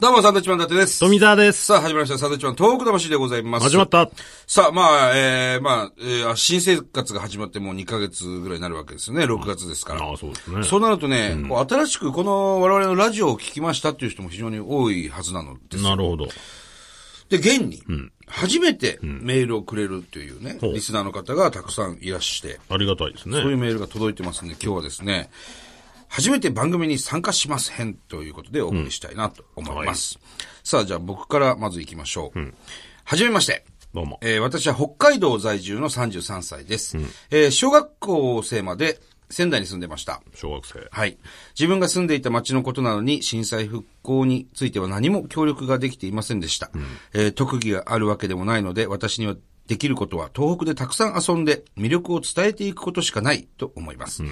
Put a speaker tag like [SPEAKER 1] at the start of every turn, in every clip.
[SPEAKER 1] どうも、サンドウィッチマン伊達です。
[SPEAKER 2] 富澤です。
[SPEAKER 1] さあ、始まりました。サンドウィッチマン、東北魂でございます。
[SPEAKER 2] 始まった。
[SPEAKER 1] さあ、まあ、えー、まあ、えー、新生活が始まってもう2ヶ月ぐらいになるわけですよね。6月ですから。
[SPEAKER 2] ああ、そうですね。
[SPEAKER 1] そうなるとね、こう新しくこの我々のラジオを聞きましたっていう人も非常に多いはずなのです。
[SPEAKER 2] なるほど。
[SPEAKER 1] で、現に、初めてメールをくれるというね、
[SPEAKER 2] ほう
[SPEAKER 1] リスナーの方がたくさんいらして、
[SPEAKER 2] ありがたいですね。
[SPEAKER 1] そういうメールが届いてますんで、今日はですね、初めて番組に参加しませんということでお送りしたいなと思います。さあ、じゃあ僕からまず行きましょう。はじめまして。
[SPEAKER 2] どうも。
[SPEAKER 1] えー私は北海道在住の33歳です。えー小学校生まで仙台に住んでました。
[SPEAKER 2] 小学生。
[SPEAKER 1] はい。自分が住んでいた町のことなのに、震災復興については何も協力ができていませんでした。えー特技があるわけでもないので、私にはできることは東北でたくさん遊んで魅力を伝えていくことしかないと思います。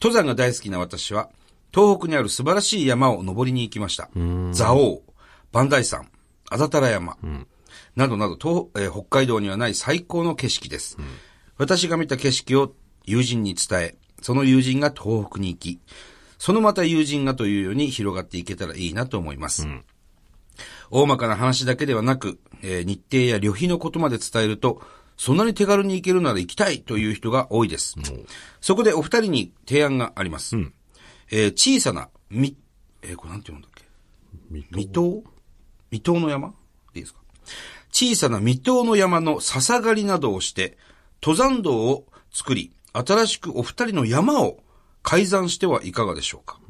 [SPEAKER 1] 登山が大好きな私は、東北にある素晴らしい山を登りに行きました。蔵王、磐梯山、あざたら山、などなど東、えー北海道にはない最高の景色です。私が見た景色を友人に伝え、その友人が東北に行き、そのまた友人がというように広がっていけたらいいなと思います。大まかな話だけではなく、えー日程や旅費のことまで伝えると、そんなに手軽に行けるなら行きたいという人が多いです。そこでお二人に提案があります。えー小さな、み、えーこれなんて言うんだっけ
[SPEAKER 2] 水
[SPEAKER 1] 未
[SPEAKER 2] 戸
[SPEAKER 1] 踏未踏の山いいですか小さな未踏の山の笹狩りなどをして、登山道を作り、新しくお二人の山を改ざんしてはいかがでしょうか、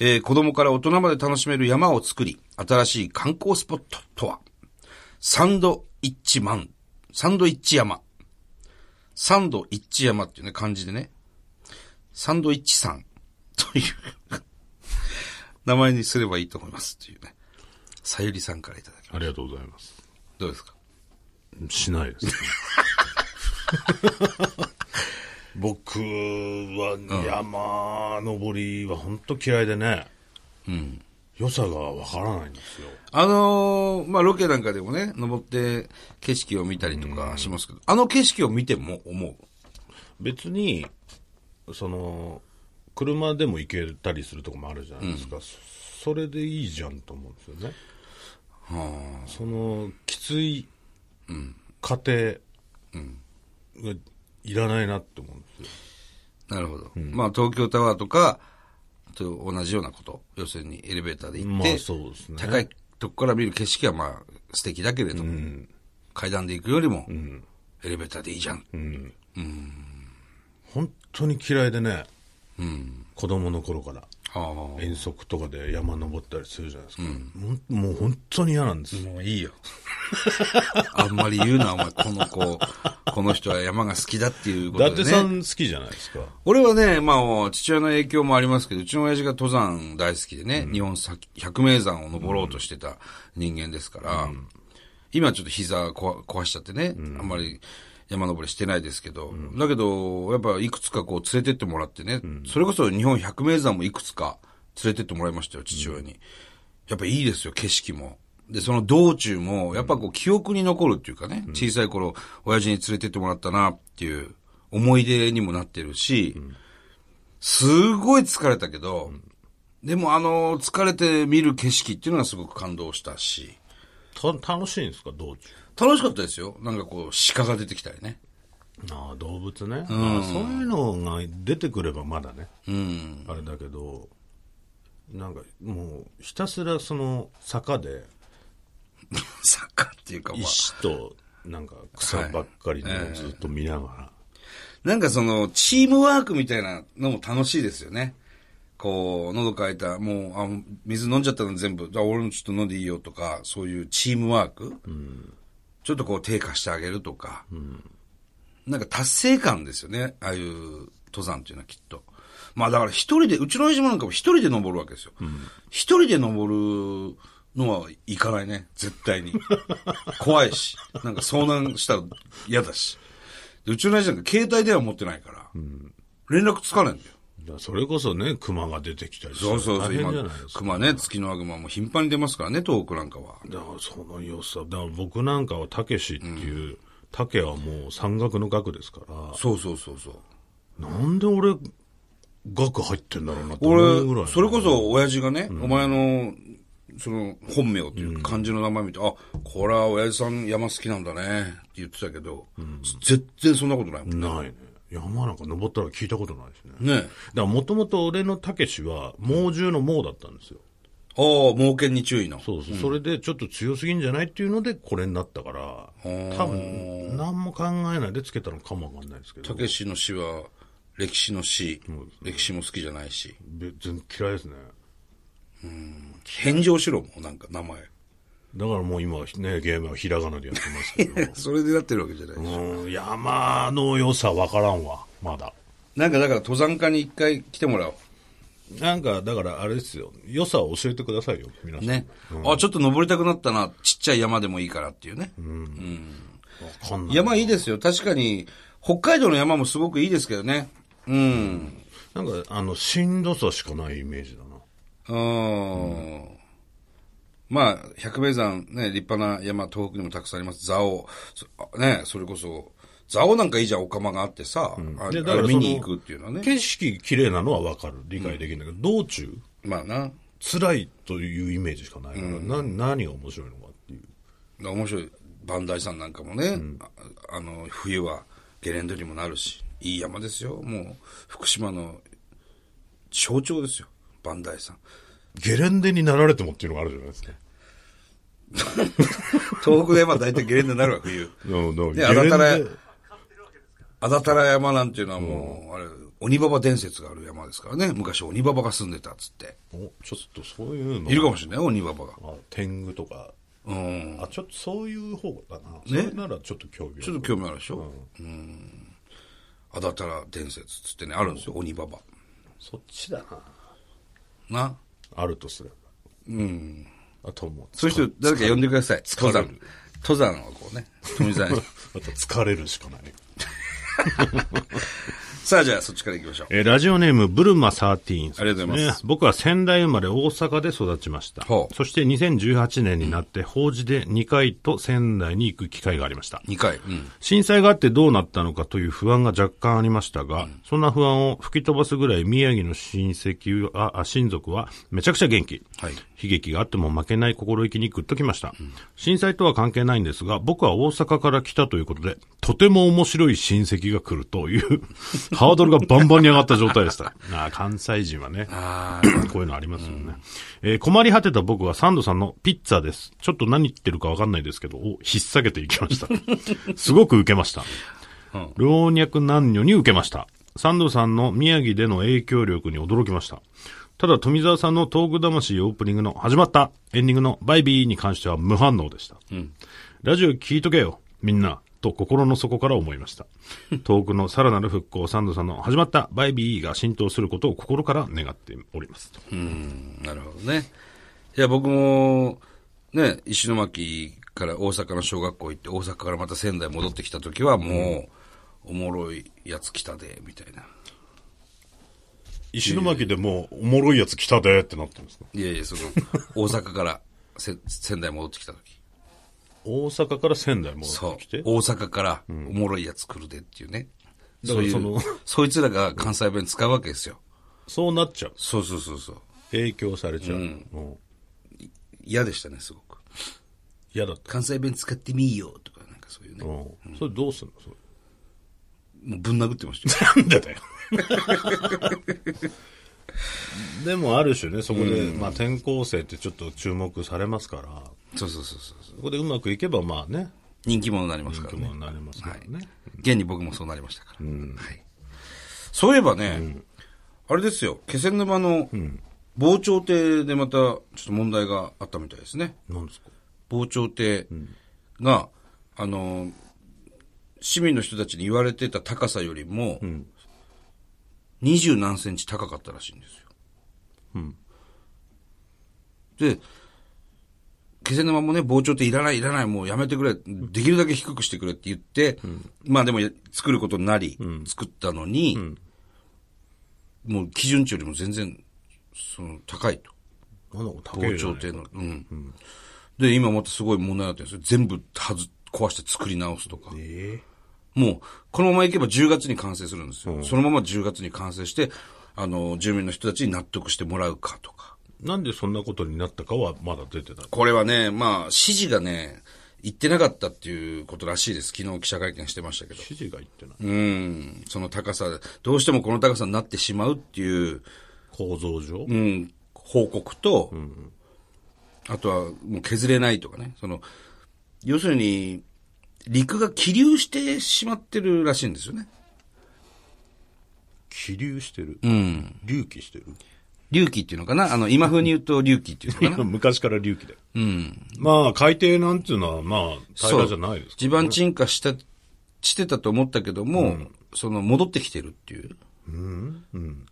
[SPEAKER 1] えー子供から大人まで楽しめる山を作り、新しい観光スポットとは、サンドイッチマン、サンドイッチ山。サンドイッチ山っていうね、漢字でね。サンドイッチさんという名前にすればいいと思いますっていうね。さゆりさんからいただき
[SPEAKER 2] ありがとうございます。
[SPEAKER 1] どうですか
[SPEAKER 2] しない です、ね。僕は山登りは本当嫌いでね。うん。良さがわからないんですよ。
[SPEAKER 1] あのー、まあ、ロケなんかでもね、登って景色を見たりとかしますけど、あの景色を見ても思う。
[SPEAKER 2] 別に、その、車でも行けたりするとこもあるじゃないですか。そそれでいいじゃんと思うんですよね。
[SPEAKER 1] は
[SPEAKER 2] そのきつい過程がいらないなって思うんですよ、
[SPEAKER 1] あ、なるほど。まあ、東京タワーとかと同じようなこと。要するにエレベーターで行っ
[SPEAKER 2] ま
[SPEAKER 1] て、
[SPEAKER 2] あそうですね
[SPEAKER 1] 高いとこから見る景色はまあ、素敵だけれども、階段で行くよりも、エレベーターでいいじゃん。
[SPEAKER 2] 本当に嫌いでね、子供の頃から
[SPEAKER 1] ああ。も
[SPEAKER 2] 遠足とかで山登ったりするじゃないですか、もうもう本当に嫌なんです、
[SPEAKER 1] ういいよ。あんまり言うな、お前。この子、この人は山が好きだっていうこ
[SPEAKER 2] 伊
[SPEAKER 1] とで、ね。
[SPEAKER 2] 達さん好きじゃないですか
[SPEAKER 1] 俺はね、まあ、父親の影響もありますけど、うちの親父が登山大好きでね、日本先百名山を登ろうとしてた人間ですから、今ちょっと膝こわ壊しちゃってね、あんまり山登りしてないですけど、だけど、やっぱいくつかこう連れてってもらってね、それこそ日本百名山もいくつか連れてってもらいましたよ、父親に。やっぱいいですよ、景色も。で、その道中も、やっぱこう記憶に残るっていうかね、小さい頃、親父に連れてってもらったなっていう思い出にもなってるし、すごい疲れたけど、でもあの、疲れて見る景色っていうのはすごく感動したし、
[SPEAKER 2] た楽しいんですか道中
[SPEAKER 1] 楽しかったですよ。なんかこう、鹿が出てきたりね。
[SPEAKER 2] ああ動物ね、ああそういうのが出てくればまだね、あれだけどなんかもうひたすらその坂で
[SPEAKER 1] 坂っていうか、まあ、
[SPEAKER 2] 石となんか草ばっかりのをずっと見ながら、
[SPEAKER 1] なんかその、チームワークみたいなのも楽しいですよね。こう、喉乾いた、もう、あ、水飲んじゃったの全部、あ俺もちょっと飲んでいいよとか、そういうチームワーク。ちょっとこう、手貸してあげるとか。なんか達成感ですよね。ああいう登山っていうのはきっと。まあだから一人で、うちの親父もなんかも一人で登るわけですよ。一、人で登るのは行かないね。絶対に。怖いし。なんか遭難したら嫌だし。でうちの親父なんか携帯電話持ってないから、連絡つかないんだよ。
[SPEAKER 2] だからそれこそね熊が出てきたりした
[SPEAKER 1] そ
[SPEAKER 2] ら
[SPEAKER 1] うそうそ
[SPEAKER 2] 大
[SPEAKER 1] う、
[SPEAKER 2] 変じ
[SPEAKER 1] 今
[SPEAKER 2] ゃないです、か
[SPEAKER 1] 熊ね、月の悪魔も頻繁に出ますからね、東北なんかは。
[SPEAKER 2] だからその良さだから僕なんかはたけしっていう、たけはもう山岳の岳ですか
[SPEAKER 1] そうそうそうそう。
[SPEAKER 2] らなんで俺岳入ってんだろうなって思うぐらい
[SPEAKER 1] 俺、それこそ親父がね、お前のその本名というか漢字の名前見て、あ、これは親父さん山好きなんだねって言ってたけど、全然そんなことないもんね。
[SPEAKER 2] ないね。山なんか登ったら聞いたことないしね。だか
[SPEAKER 1] ね
[SPEAKER 2] らもともと俺のたけしは、猛獣の猛だったんですよ。
[SPEAKER 1] ああ、猛犬に注意の。
[SPEAKER 2] そうそう、それでちょっと強すぎんじゃないっていうので、これになったから、多分、何も考えないでつけたのかもわかんないですけど
[SPEAKER 1] た、けしの詩は歴史の詩、歴史も好きじゃないし。
[SPEAKER 2] 別全嫌いですね。
[SPEAKER 1] 返上しろもうなんか名前。
[SPEAKER 2] だからもう今ね、ゲームはひらがなでやってますけ ど
[SPEAKER 1] それでなってるわけじゃない。
[SPEAKER 2] うん、山の良さわからんわ、まだ。
[SPEAKER 1] なんかだから登山家に一回来てもらお
[SPEAKER 2] なんか、だからあれですよ、良さを教えてくださいよ、皆
[SPEAKER 1] う。
[SPEAKER 2] さん。
[SPEAKER 1] ね。あ、ちょっと登りたくなったな。ちっちゃい山でもいいからっていうね。
[SPEAKER 2] わかんない。
[SPEAKER 1] 山いいですよ。確かに、北海道の山もすごくいいですけどね。うん。
[SPEAKER 2] なんか、あの、しんどさしかないイメージだな。
[SPEAKER 1] うん。まあ、百名山、ね、立派な山、東北にもたくさんあります。蔵王。そあね、それこそ、蔵王なんかいいじゃん、お釜があってさ。あ
[SPEAKER 2] で
[SPEAKER 1] れ
[SPEAKER 2] だから
[SPEAKER 1] あれ見に
[SPEAKER 2] その
[SPEAKER 1] 行くっていうのはね。
[SPEAKER 2] 景色綺麗なのはわかる。理解できるんだけど、道中、
[SPEAKER 1] まあな。
[SPEAKER 2] 辛いというイメージしかないから、な何が面白いのかっていう。
[SPEAKER 1] 面白い。バンダイさんなんかもね、ああの、冬はゲレンデにもなるし、いい山ですよ。もう、福島の象徴ですよ。バンダイさん。
[SPEAKER 2] ゲレンデになられてもっていうのがあるじゃないですか。
[SPEAKER 1] 東北でまあ大体ゲレンデになるわ、冬。ね、あだたら、あだたら山なんていうのはもう、あれ、鬼ババ伝説がある山ですからね。昔鬼ババが住んでたっつって。
[SPEAKER 2] おちょっとそういうの。
[SPEAKER 1] いるかもしれない、鬼ババが。
[SPEAKER 2] あ天狗とか。
[SPEAKER 1] うん。
[SPEAKER 2] あ、ちょっとそういう方だな。それならちょっと興味
[SPEAKER 1] ちょっと興味あるでしょ、うん、あだたら伝説っつってね、あるんですよ、鬼ババ。
[SPEAKER 2] そっちだな。
[SPEAKER 1] な。
[SPEAKER 2] あるとすれば。うん。あともう、
[SPEAKER 1] そういう人、誰か呼んでください。
[SPEAKER 2] 疲れ
[SPEAKER 1] 登
[SPEAKER 2] る
[SPEAKER 1] 山。登山はこうね、富澤 に。
[SPEAKER 2] あと疲れるしかない。
[SPEAKER 1] さあ、じゃあそっちから行きましょう。
[SPEAKER 2] えーラジオネーム、ブルマ13さんですね、
[SPEAKER 1] ありがとうございます
[SPEAKER 2] 僕は仙台生まれ大阪で育ちました
[SPEAKER 1] ほ。う
[SPEAKER 2] そして2018年になって、法事で2回と仙台に行く機会がありました。
[SPEAKER 1] 2回。うん。
[SPEAKER 2] 震災があってどうなったのかという不安が若干ありましたが、そんな不安を吹き飛ばすぐらい宮城の親戚は、あ、親族はめちゃくちゃ元気。
[SPEAKER 1] はい
[SPEAKER 2] 悲劇があっても負けない心意気にグッときました。震災とは関係ないんですが、僕は大阪から来たということで、とても面白い親戚が来るという、ハードルがバンバンに上がった状態でした。 あー関西人はね。こういうのありますよね、えー困り果てた僕はサンドさんのピッツァです。ちょっと何言ってるかわかんないですけど、を引っ提げていきました。すごく受けました。老若男女に受けました。サンドさんの宮城での影響力に驚きました。ただ、富澤さんのトーク魂オープニングの始まった、エンディングのバイビーに関しては無反応でした。ラジオ聞いとけよ、みんな、と心の底から思いました。トークのさらなる復興、サンドさんの始まったバイビーが浸透することを心から願っております。
[SPEAKER 1] なるほどね。いや、僕も、ね、石巻から大阪の小学校行って、大阪からまた仙台戻ってきた時は、もう、おもろいやつ来たで、みたいな。
[SPEAKER 2] 石巻でもう、おもろいやつ来たでってなってるんですか
[SPEAKER 1] いやいや、 その、大阪からせ仙台戻ってきた時。
[SPEAKER 2] 大阪から仙台戻
[SPEAKER 1] そう
[SPEAKER 2] ってきて。。
[SPEAKER 1] 大阪から、おもろいやつ来るでっていうね。
[SPEAKER 2] だ
[SPEAKER 1] そう
[SPEAKER 2] から
[SPEAKER 1] いう
[SPEAKER 2] その
[SPEAKER 1] そいつらが関西弁使うわけですよ。
[SPEAKER 2] そうなっちゃう。
[SPEAKER 1] そうそうそうそう。
[SPEAKER 2] 影響されちゃう。うん
[SPEAKER 1] 嫌でしたね、すごく。
[SPEAKER 2] 嫌だった。
[SPEAKER 1] 関西弁使ってみいよとか、なんかそういうね。も
[SPEAKER 2] うんそれどうすんのそれ
[SPEAKER 1] うぶん殴ってましたよ。
[SPEAKER 2] なんでだよ。 でもある種ね、そこで、まあ転校生ってちょっと注目されますから、
[SPEAKER 1] そうそうそうそうそう。
[SPEAKER 2] そこでうまくいけばまあね、
[SPEAKER 1] 人気者になりますから
[SPEAKER 2] 人気
[SPEAKER 1] ね。
[SPEAKER 2] 者になれますからね。
[SPEAKER 1] 現に僕もそうなりましたから。はい、そういえばね、あれですよ、気仙沼の防潮堤でまたちょっと問題があったみたいですね。
[SPEAKER 2] なんですか
[SPEAKER 1] 防潮堤が、あの、市民の人たちに言われてた高さよりも、二十何センチ高かったらしいんですよ。で、気仙沼もね、防潮堤いらない、いらない、もうやめてくれ、できるだけ低くしてくれって言って、まあでもや作ることになり、作ったのに、もう基準値よりも全然、その、高いと。
[SPEAKER 2] なんだこれ高
[SPEAKER 1] 防
[SPEAKER 2] いじゃ
[SPEAKER 1] 潮
[SPEAKER 2] ない
[SPEAKER 1] 堤の、うん。で、今またすごい問題になってるんですよ。全部はず、壊して作り直すとか。
[SPEAKER 2] ええ
[SPEAKER 1] もう、このままいけば10月に完成するんですよ。そのまま10月に完成して、あの、住民の人たちに納得してもらうかとか。
[SPEAKER 2] なんでそんなことになったかはまだ出てない。
[SPEAKER 1] これはね、まあ、指示がね、言ってなかったっていうことらしいです。昨日記者会見してましたけど。
[SPEAKER 2] 指示が言ってない。
[SPEAKER 1] うん、その高さ、どうしてもこの高さになってしまうっていう、
[SPEAKER 2] 構造上、
[SPEAKER 1] うん、報告と、あとはもう削れないとかね。その、要するに、陸が気流してしまってるらしいんですよね。
[SPEAKER 2] 気流してる。
[SPEAKER 1] うん。
[SPEAKER 2] 隆起してる。
[SPEAKER 1] 隆起っていうのかなあの、今風に言うと隆起っていうのかな
[SPEAKER 2] 昔から隆起だよ。まあ、海底なんていうのは、まあ、 平らじゃないです
[SPEAKER 1] 地盤沈下した、してたと思ったけども、その、戻ってきてるっていう。うん。うん。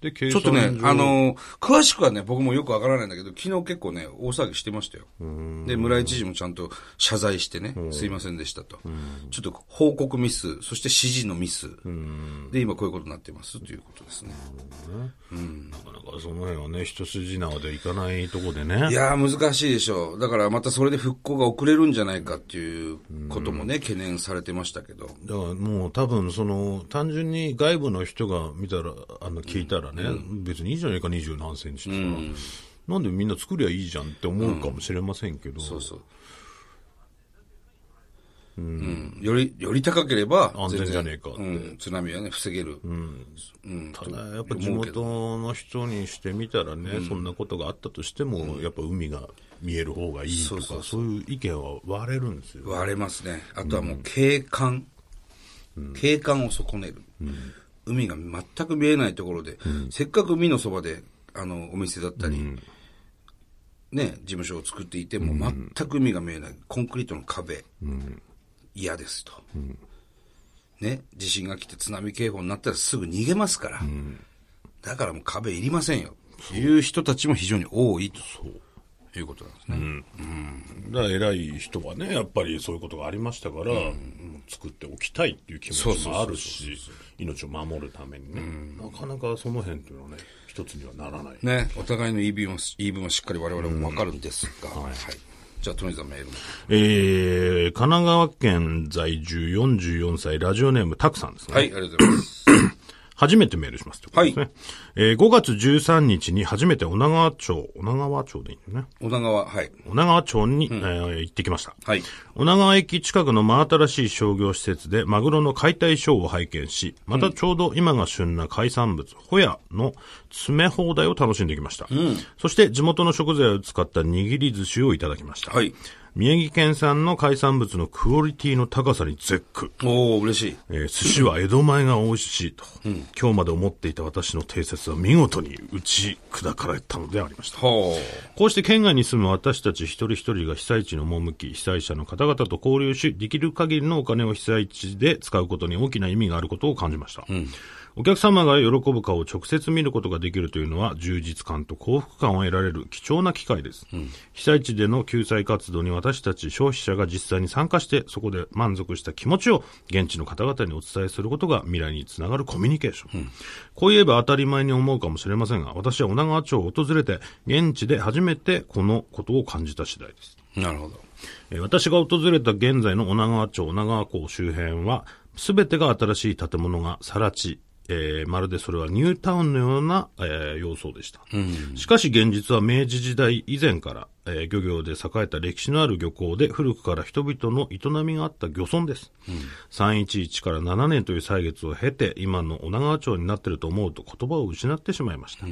[SPEAKER 2] で、計
[SPEAKER 1] ちょ
[SPEAKER 2] 算
[SPEAKER 1] っとね、
[SPEAKER 2] 上
[SPEAKER 1] あ、のー詳しくはね、僕もよくわからないんだけど、昨日結構ね、大騒ぎしてましたよ。で、村井知事もちゃんと謝罪してね、すいませんでしたと。ちょっと報告ミス、そして指示のミス。で、今こういうことになってますということですね。
[SPEAKER 2] なかなかその辺はね、一筋縄でいかないとこでね。
[SPEAKER 1] いやー、難しいでしょう。だからまたそれで復興が遅れるんじゃないかっていうこともね、懸念されてましたけど。
[SPEAKER 2] だからもう多分その単純に外部の人が見たらあの聞いたらね、別にいいじゃないか二十何センチとか、なんでみんな作りゃいいじゃんって思うかもしれませんけど、
[SPEAKER 1] そうそう。うん、より、より高ければ、
[SPEAKER 2] 安全じゃねえかって
[SPEAKER 1] うん、津波はね、防げる。うん
[SPEAKER 2] ただやっぱ地元の人にしてみたらね、そんなことがあったとしても、やっぱ海が見える方がいいとかそういう意見は割れるんですよ
[SPEAKER 1] 割れますね。あとはもう景観。景観を損ねる。海が全く見えないところで、せっかく海のそばで、あの、お店だったり、ね、事務所を作っていても全く海が見えない。コンクリートの壁。嫌ですと。ね、地震が来て津波警報になったらすぐ逃げますから。だからもう壁いりませんよ。いう人たちも非常に多いと。いうことなんですね。
[SPEAKER 2] だから偉い人はねやっぱりそういうことがありましたから、作っておきたいっていう気持ちもあるし命を守るためにね、なかなかその辺というのはね一つにはならない、
[SPEAKER 1] ね、お互いの言い分も、言い分もしっかり我々もわかるんですが、はい。じゃあ、トニーさんメールも。
[SPEAKER 2] えー、神奈川県在住44歳ラジオネームたくさんですね、
[SPEAKER 1] はい、ありがとうございます。
[SPEAKER 2] 初めてメールしますということですね、えー5月13日に初めて女川町女川町でいいんだよね
[SPEAKER 1] 小田川、はい。
[SPEAKER 2] 女川町に、えー行ってきました、
[SPEAKER 1] はい。
[SPEAKER 2] 女川駅近くの真新しい商業施設でマグロの解体ショーを拝見し、またちょうど今が旬な海産物、ホヤの詰め放題を楽しんできました。そして地元の食材を使った握り寿司をいただきました。
[SPEAKER 1] はい。
[SPEAKER 2] 宮城県産の海産物のクオリティの高さに絶句。
[SPEAKER 1] おー、嬉しい。
[SPEAKER 2] えー寿司は江戸前が美味しいと、今日まで思っていた私の定説は見事に打ち砕かれたのでありました。
[SPEAKER 1] ほ
[SPEAKER 2] こうして県外に住む私たち一人一人が被災地に赴き、被災者の方々と交流し、できる限りのお金を被災地で使うことに大きな意味があることを感じました。お客様が喜ぶ顔を直接見ることができるというのは、充実感と幸福感を得られる貴重な機会です。被災地での救済活動に私たち消費者が実際に参加して、そこで満足した気持ちを現地の方々にお伝えすることが未来につながるコミュニケーション。こう言えば当たり前に思うかもしれませんが、私は女川町を訪れて、現地で初めてこのことを感じた次第です。
[SPEAKER 1] う。なるほど。
[SPEAKER 2] えー私が訪れた現在の女川町、女川港周辺は、すべてが新しい建物が更地、えーまるでそれはニュータウンのような、えー様相でした。しかし現実は明治時代以前から、えー漁業で栄えた歴史のある漁港で古くから人々の営みがあった漁村です。311から7年という歳月を経て、今の女川町になっていると思うと言葉を失ってしまいました。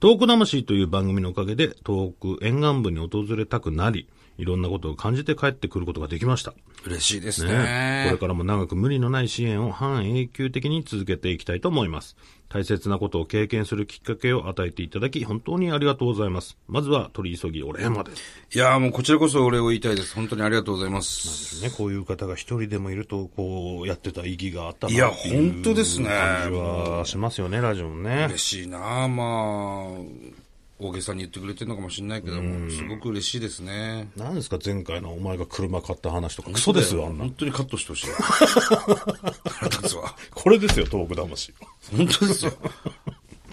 [SPEAKER 2] 東北魂という番組のおかげで、東北沿岸部に訪れたくなり、いろんなことを感じて帰ってくることができました。
[SPEAKER 1] 嬉しいです
[SPEAKER 2] ね、これ
[SPEAKER 1] ね。
[SPEAKER 2] からも長く無理のない支援を半永久的に続けていきたいと思います。大切なことを経験するきっかけを与えていただき、本当にありがとうございます。まずは取り急ぎお礼まで。
[SPEAKER 1] いやーもうこちらこそお礼を言いたいです。本当にありがとうございます。
[SPEAKER 2] ね、こういう方が一人でもいると、こうやってた意義があったなって
[SPEAKER 1] いや本当ですね
[SPEAKER 2] 感じはしますよね、ラジオもね。
[SPEAKER 1] 嬉しいなーまあ、大げさに言ってくれてるのかもしれないけども、すごく嬉しいですね。
[SPEAKER 2] 何ですか、前回のお前が車買った話とか。クソですよ、あんな
[SPEAKER 1] 本。当にカットしてほ しい。腹立つわ。
[SPEAKER 2] これですよ、東北魂。
[SPEAKER 1] 本当ですよ。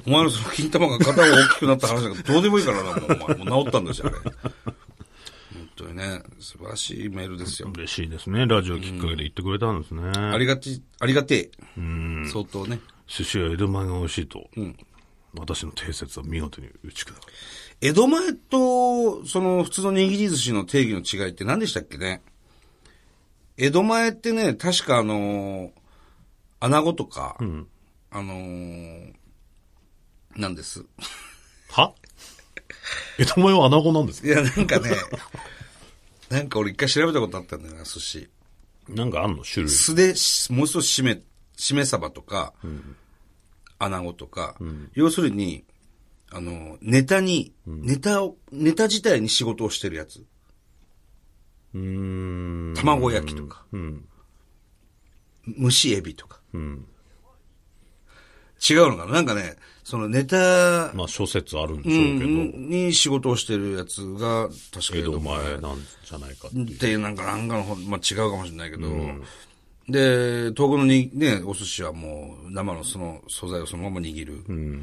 [SPEAKER 1] お前のその金玉が片方大きくなった話なんかどうでもいいからな、もうお前。もう治ったんだし、あれ。本当にね、素晴らしいメールですよ。
[SPEAKER 2] 嬉しいですね、ラジオきっかけで言ってくれたんですね。
[SPEAKER 1] ありがち、ありがてえ。相当ね。
[SPEAKER 2] 寿司は江戸前が美味しいと。私の定説は見事に打ち砕かれ
[SPEAKER 1] 江戸前と、その普通の握り寿司の定義の違いって何でしたっけね江戸前ってね、確かあのー、穴子とか、あのーなんです。
[SPEAKER 2] た。は江戸前は穴子なんですか
[SPEAKER 1] いや、なんかね、なんか俺一回調べたことあったんだよな、寿司。
[SPEAKER 2] なんかあんの種類。
[SPEAKER 1] 素でし、もう一つしめ、しめ鯖とか、穴子とか、要するに、あの、ネタに、ネタを、ネタ自体に仕事をしてるやつ。
[SPEAKER 2] うーん。
[SPEAKER 1] 卵焼きとか、
[SPEAKER 2] うん。
[SPEAKER 1] 蒸しエビとか。
[SPEAKER 2] うん。
[SPEAKER 1] 違うのかななんかね、そのネタ、
[SPEAKER 2] まあ諸説あるんで
[SPEAKER 1] う
[SPEAKER 2] しょうけど、
[SPEAKER 1] ん、に仕事をしてるやつが、確か
[SPEAKER 2] 江
[SPEAKER 1] 江戸
[SPEAKER 2] 戸
[SPEAKER 1] 前
[SPEAKER 2] 前なんじゃないかっていう。
[SPEAKER 1] って、なんか、なんかの方、まあ、違うかもしれないけど、で、東京のに、ね、お寿司はもう、生のその素材をそのまま握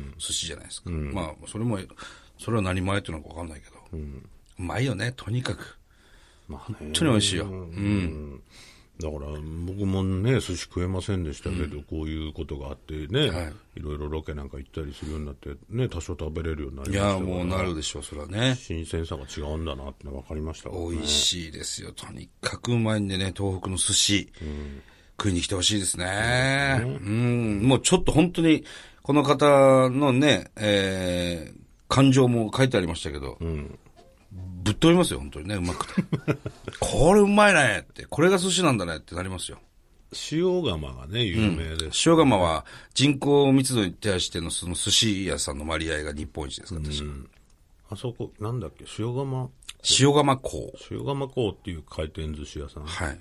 [SPEAKER 1] る寿司じゃないですか。まあ、それも、それは何前っていうのかわかんないけど、うまいよね、とにかく。
[SPEAKER 2] まあね
[SPEAKER 1] 本当に美味しいよ。うん。
[SPEAKER 2] だから僕もね寿司食えませんでしたけど、こういうことがあってね、
[SPEAKER 1] はい
[SPEAKER 2] い、ろいろロケなんか行ったりするようになってね多少食べれるようになり
[SPEAKER 1] い
[SPEAKER 2] ましたか
[SPEAKER 1] や、
[SPEAKER 2] ら
[SPEAKER 1] もうなるでしょう、それはね。
[SPEAKER 2] 新鮮さが違うんだなっての分かりましたからね
[SPEAKER 1] 美味しいですよ。とにかくうまいんでね、東北の寿司、食いに来てほしいですね。うん、もうちょっと本当に、この方のね、えー、感情も書いてありましたけど、ぶっ飛びますよ、本当にね、うまく て。これうまいねって、これが寿司なんだねってなりますよ。
[SPEAKER 2] 塩釜がね有名です、
[SPEAKER 1] 塩釜は人口密度に対してのその寿司屋さんの割合が日本一ですから、確か
[SPEAKER 2] あそこなんだっけ塩釜
[SPEAKER 1] 塩釜港。
[SPEAKER 2] 塩釜港っていう回転寿司屋さん、
[SPEAKER 1] はい。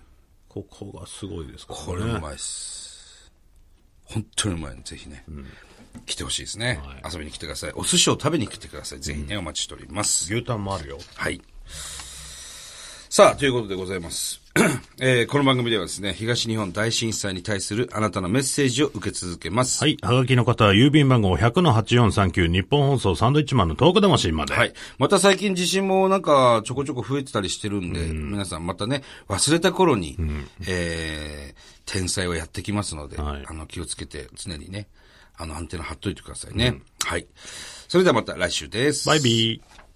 [SPEAKER 2] ここがすごいですからね
[SPEAKER 1] これうまいっす。本当にうまいの、ぜひね。来てほしいですね、
[SPEAKER 2] はい
[SPEAKER 1] 遊びに来てください。お寿司を食べに来てください。ぜひね、お待ちしております。
[SPEAKER 2] 牛タンもあるよ
[SPEAKER 1] はい。さあ、ということでございます。 えーこの番組ではですね、東日本大震災に対するあなたのメッセージを受け続けます。
[SPEAKER 2] はい。はがきの方は郵便番号100-8439日本放送サンドイッチマンのトーク魂まで。
[SPEAKER 1] はい。また最近地震もなんかちょこちょこ増えてたりしてるんで、皆さんまたね、忘れた頃に、えー、天災はやってきますので、
[SPEAKER 2] はい
[SPEAKER 1] あの、気をつけて常にね、あの、アンテナ張っといてくださいね。はい。それではまた来週です。
[SPEAKER 2] バイビー。